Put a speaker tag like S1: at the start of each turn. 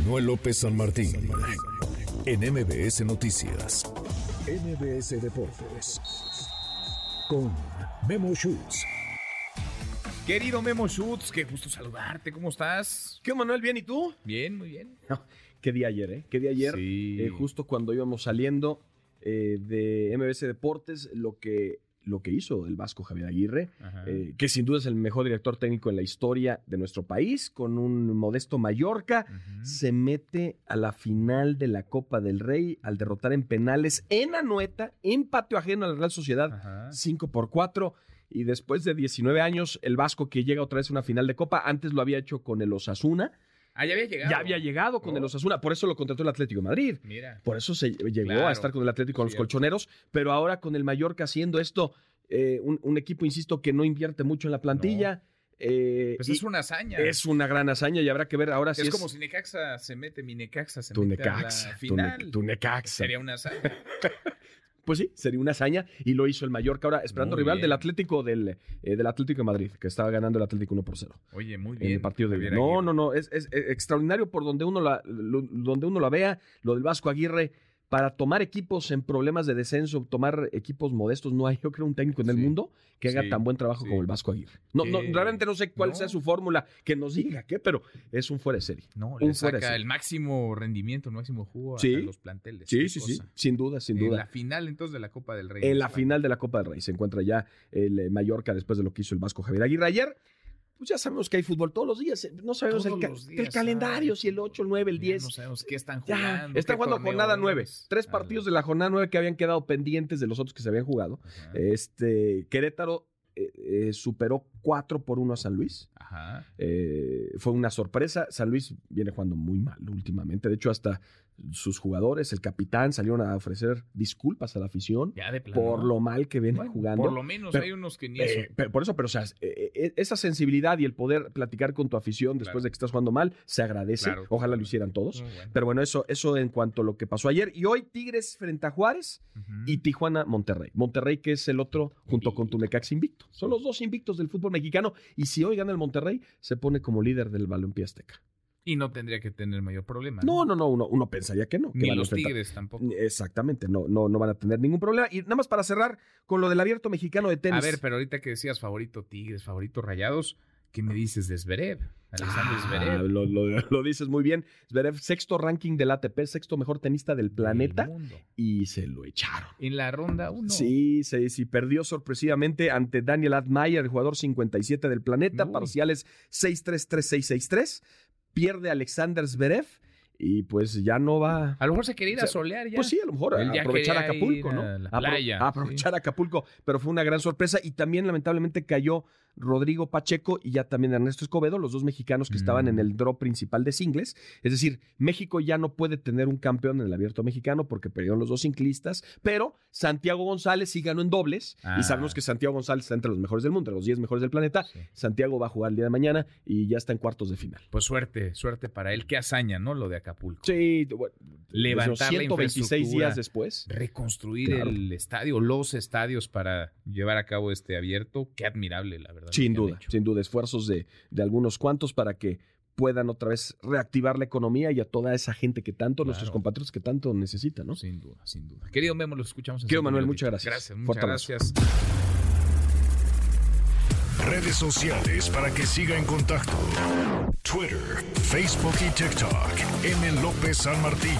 S1: Manuel López San Martín en MBS Noticias. MBS Deportes con Memo Schutz.
S2: Querido Memo Schutz, qué gusto saludarte, ¿cómo estás?
S3: ¿Qué, Manuel? ¿Bien y tú?
S2: Bien, muy bien.
S3: Qué día ayer, ¿eh? Qué día ayer.
S2: Sí.
S3: eh, justo cuando íbamos saliendo eh, de MBS Deportes, lo que, lo que hizo el Vasco Javier Aguirre,
S2: Ajá.
S3: eh, que sin duda es el mejor director técnico en la historia de nuestro país, con un modesto Mallorca,
S2: Ujú.
S3: se mete a la final de la Copa del Rey al derrotar en penales en Anueta, en patio ajeno a la Real Sociedad,
S2: Ajá.
S3: 5 por 4. Y después de 19 años, el Vasco que llega otra vez a una final de Copa, antes lo había hecho con el Osasuna,
S2: Ah, ya había llegado.
S3: ya había llegado con
S2: Oh.
S3: el Osasuna, por eso lo contrató el Atlético de Madrid.
S2: Mira.
S3: Por eso se llegó
S2: Claro,
S3: a estar con el Atlético, con los
S2: cierto.
S3: colchoneros, pero ahora con el Mallorca haciendo esto, eh, un, un equipo, insisto, que no invierte mucho en la plantilla. eh,
S2: Pues
S3: y
S2: es una hazaña.
S3: es una gran hazaña y habrá que ver ahora si
S2: Es
S3: es,
S2: como si Necaxa se mete, mi Necaxa se
S3: tu
S2: mete a
S3: Necaxa,
S2: la
S3: tu Ne-
S2: final.
S3: tu Necaxa.
S2: Sería una hazaña.
S3: Pues sí, sería una hazaña y lo hizo el Mallorca ahora, esperando
S2: Muy
S3: rival
S2: bien.
S3: del Atlético del, eh, del Atlético de Madrid, que estaba ganando el Atlético 1 por 0
S2: Oye, muy bien.
S3: en el partido de
S2: Javier
S3: No,
S2: Aguirre.
S3: no, no, es, es, eh, extraordinario por donde uno, la, lo- donde uno la vea, lo del Vasco Aguirre, para tomar equipos en problemas de descenso, tomar equipos modestos, no hay, yo creo, un técnico en el
S2: Sí,
S3: mundo que haga
S2: sí,
S3: tan buen trabajo
S2: sí.
S3: como el Vasco Aguirre. No, no,
S2: Eh,
S3: realmente no sé cuál
S2: no.
S3: sea su fórmula, que nos diga qué, pero es un fuera de serie.
S2: No,
S3: Un fuera
S2: le
S3: de
S2: saca
S3: serie.
S2: el máximo rendimiento, el máximo jugo a-
S3: Sí.
S2: a los planteles.
S3: Sí,
S2: Qué
S3: sí, sí,
S2: cosa.
S3: sin duda, sin
S2: En
S3: duda.
S2: la final, entonces, de la Copa del Rey.
S3: En la
S2: España.
S3: final de la Copa del Rey se encuentra ya el eh, Mallorca después de lo que hizo el Vasco Javier Aguirre ayer. Pues ya sabemos que hay fútbol todos los días. eh, No sabemos el,
S2: Todos
S3: ca-
S2: los
S3: el
S2: días,
S3: calendario,
S2: ay,
S3: si el 8, el 9, el
S2: Ya
S3: 10.
S2: No sabemos qué están
S3: Ya,
S2: jugando.
S3: está
S2: qué Ah,
S3: jugando
S2: torneo
S3: jornada
S2: es.
S3: 9. Tres
S2: Al-
S3: partidos de la jornada 9 que habían quedado pendientes de los otros que se habían jugado.
S2: Ajá.
S3: Este, Querétaro eh, eh, superó 4 por 1 a San Luis.
S2: Ajá.
S3: Eh, fue una sorpresa. San Luis viene jugando muy mal últimamente. De hecho, hasta sus jugadores, el capitán, salieron a ofrecer disculpas a la afición
S2: Ya de plano.
S3: por lo mal que viene
S2: Bueno,
S3: jugando.
S2: Por lo menos
S3: Pero-
S2: hay unos que ni eso.
S3: Eh, pe- por eso, pero o sea, eh, eh, esa sensibilidad y el poder platicar con tu afición
S2: Claro.
S3: después de que estás jugando mal se agradece.
S2: Claro.
S3: Ojalá lo hicieran todos.
S2: Muy bueno.
S3: Pero bueno, eso, eso en cuanto a lo que pasó ayer. Y hoy Tigres frente a Juárez
S2: Ujú.
S3: y Tijuana Monterrey. Monterrey que es el otro junto con tu Necaxa invicto. Son los dos invictos del fútbol mexicano. Y si hoy gana el Monterrey, se pone como líder del balompié azteca.
S2: Y no tendría que tener mayor problema.
S3: No, no, no, uno, uno pensaría que no. que
S2: Ni
S3: van a
S2: los
S3: enfrentar-
S2: Tigres tampoco.
S3: Exactamente, no, no, no van a tener ningún problema. Y nada más para cerrar con lo del abierto mexicano de tenis.
S2: A ver, pero ahorita que decías favorito Tigres, favorito Rayados, ¿qué me dices de Zverev? Alexander
S3: Ah,
S2: Zverev.
S3: lo, lo- lo dices muy bien. Zverev, sexto ranking del ATP, sexto mejor tenista del planeta
S2: del mundo.
S3: y se lo echaron.
S2: En la ronda 1.
S3: Sí, sí, sí, perdió sorpresivamente ante Daniel Admayer, el jugador 57 del planeta,
S2: Uy.
S3: parciales 6-3, 3-6, 6-3. Pierde Alexander Zverev y pues ya no va.
S2: A lo mejor se quería ir a
S3: O sea,
S2: solear ya.
S3: Pues sí, a lo mejor
S2: Él ya
S3: aprovechar
S2: quería
S3: Acapulco,
S2: ir
S3: ¿no?
S2: a la
S3: Apro-
S2: playa,
S3: aprovechar Acapulco, pero fue una gran sorpresa y también lamentablemente cayó Rodrigo Pacheco y ya también Ernesto Escobedo, los dos mexicanos que estaban
S2: Mm.
S3: en el drop principal de singles. Es decir, México ya no puede tener un campeón en el abierto mexicano porque perdieron los dos ciclistas, pero Santiago González sí ganó en dobles
S2: Ah.
S3: y sabemos que Santiago González está entre los mejores del mundo, entre los 10 mejores del planeta.
S2: Sí.
S3: Santiago va a jugar el día de mañana y ya está en cuartos de final.
S2: Pues suerte, suerte para él. Qué hazaña, ¿no? Lo de Acapulco.
S3: Sí, bueno,
S2: Levantar la
S3: 126
S2: infraestructura.
S3: días después.
S2: Reconstruir
S3: Claro.
S2: el estadio, los estadios para llevar a cabo este abierto. Qué admirable, la verdad. lo
S3: Sin
S2: que han
S3: duda,
S2: hecho.
S3: sin duda, esfuerzos de, de algunos cuantos para que puedan otra vez reactivar la economía y a toda esa gente que tanto, nuestros
S2: Claro.
S3: compatriotas que tanto necesitan, ¿no?
S2: Sin duda, sin duda. Querido Memo, los escuchamos. en
S3: Querido
S2: cinco
S3: Manuel,
S2: minutitos.
S3: muchas gracias.
S2: Gracias, muchas
S3: Fuerte abrazo.
S2: gracias.
S1: Redes sociales para que siga en contacto: Twitter, Facebook y TikTok. M. López San Martín.